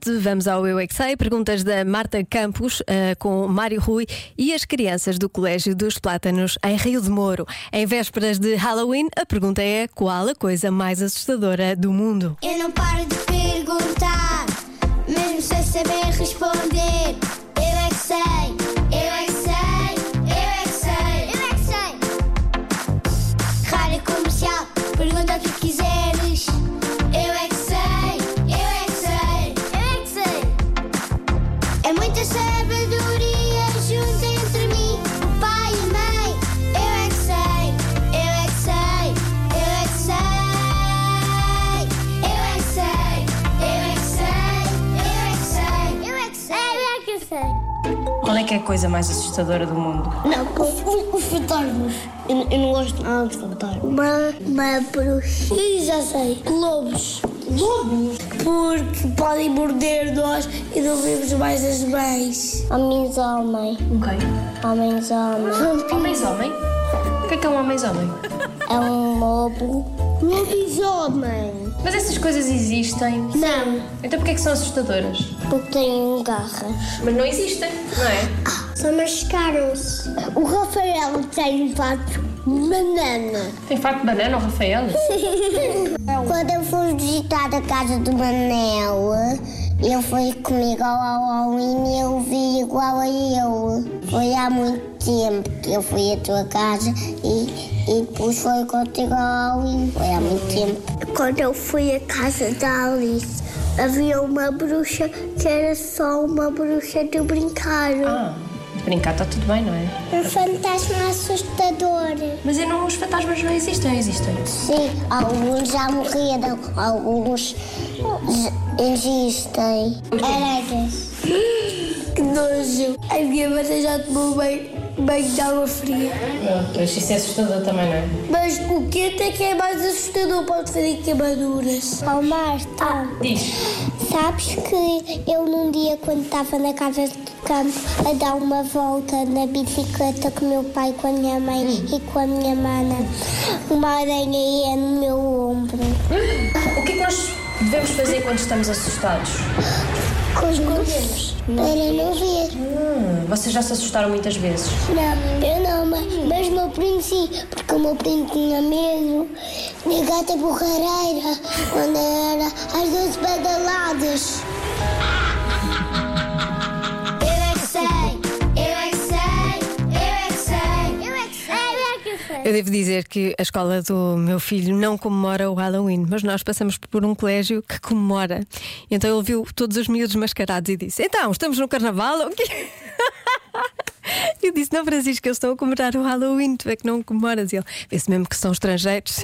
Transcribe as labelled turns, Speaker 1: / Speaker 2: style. Speaker 1: 20, vamos ao Eu é que Sei, perguntas da Marta Campos eh, com Mário Rui e as crianças do Colégio dos Plátanos em Rio de Moro. Em vésperas de Halloween, a pergunta é qual a coisa mais assustadora do mundo?
Speaker 2: Eu não paro de perguntar, mesmo sem saber responder. Eu é que sei, eu é que sei, eu é que sei, eu é que sei. Rádio comercial, pergunta o que quiseres. Eu é que sei, eu é que sei, eu é que sei. É muita sabedoria junto entre mim, o pai e a mãe. Eu é que sei, eu é que sei, eu é que sei. Eu é que sei, eu é que sei, eu é que sei, eu é que sei, eu é que sei.
Speaker 3: Qual é que é a coisa mais assustadora do mundo?
Speaker 2: Não, os fantasmas. Eu, eu não gosto nada de fantasmas. Uma, uma bruxa. E já sei, lobos. Lobos? Porque podem morder nós e não vemos mais as mães. Homens homem.
Speaker 3: Ok.
Speaker 2: Homens homem.
Speaker 3: Homens-homem? Um O que é que é um homens-homem?
Speaker 2: É um lobo. Lobisomem.
Speaker 3: Mas essas coisas existem.
Speaker 2: Não,
Speaker 3: Então porquê é que são assustadoras?
Speaker 2: porque tem um garras.
Speaker 3: Mas não existem, não é?
Speaker 2: Ah, Só machucaram-se. O Rafael tem um fato banana.
Speaker 3: Tem facto de banana, o Rafael?
Speaker 2: Quando eu fui visitar a casa do Manel, ele foi comigo ao Halloween e eu vi igual a eu. Foi há muito tempo que eu fui à tua casa e, e depois foi contigo ao Halloween. Foi há muito tempo. Quando eu fui à casa da Alice, havia uma bruxa que era só uma bruxa de brincar.
Speaker 3: Ah, de brincar está tudo bem, não é?
Speaker 2: Um fantasma assustador.
Speaker 3: Mas eu não, os fantasmas não existem, existem.
Speaker 2: Sim, alguns já morreram, alguns existem. Aranhas. Que nojo. A minha mãe já tomou bem, bem de água fria.
Speaker 3: Mas isso é assustador também, não é?
Speaker 2: Mas o quente é que é mais assustador, pode fazer queimaduras. Oh, Marta,
Speaker 3: Diz.
Speaker 2: sabes que eu num dia, quando estava na casa de campo, a dar uma volta na bicicleta com meu pai, com a minha mãe e com a minha mana, uma aranha ia no meu ombro.
Speaker 3: O que é que nós devemos fazer quando estamos assustados?
Speaker 2: Com os Escondemos. Para não ver.
Speaker 3: Hum, vocês já se assustaram muitas vezes.
Speaker 2: Não, eu não, mas, mas meu primo sim, porque o meu primo tinha medo da gata borrareira quando era às 12 badaladas. Eu é que sei, eu é que sei, eu é que sei, eu é que sei, eu é que sei.
Speaker 1: Eu devo dizer que a escola do meu filho não comemora o Halloween, mas nós passamos por um colégio que comemora. Então ele viu todos os miúdos mascarados e disse: Então, estamos no carnaval? O quê? Eu disse: Não, Francisco, eles estão a comemorar o Halloween, tu é que não comemoras. E ele: Vê-se mesmo que são estrangeiros.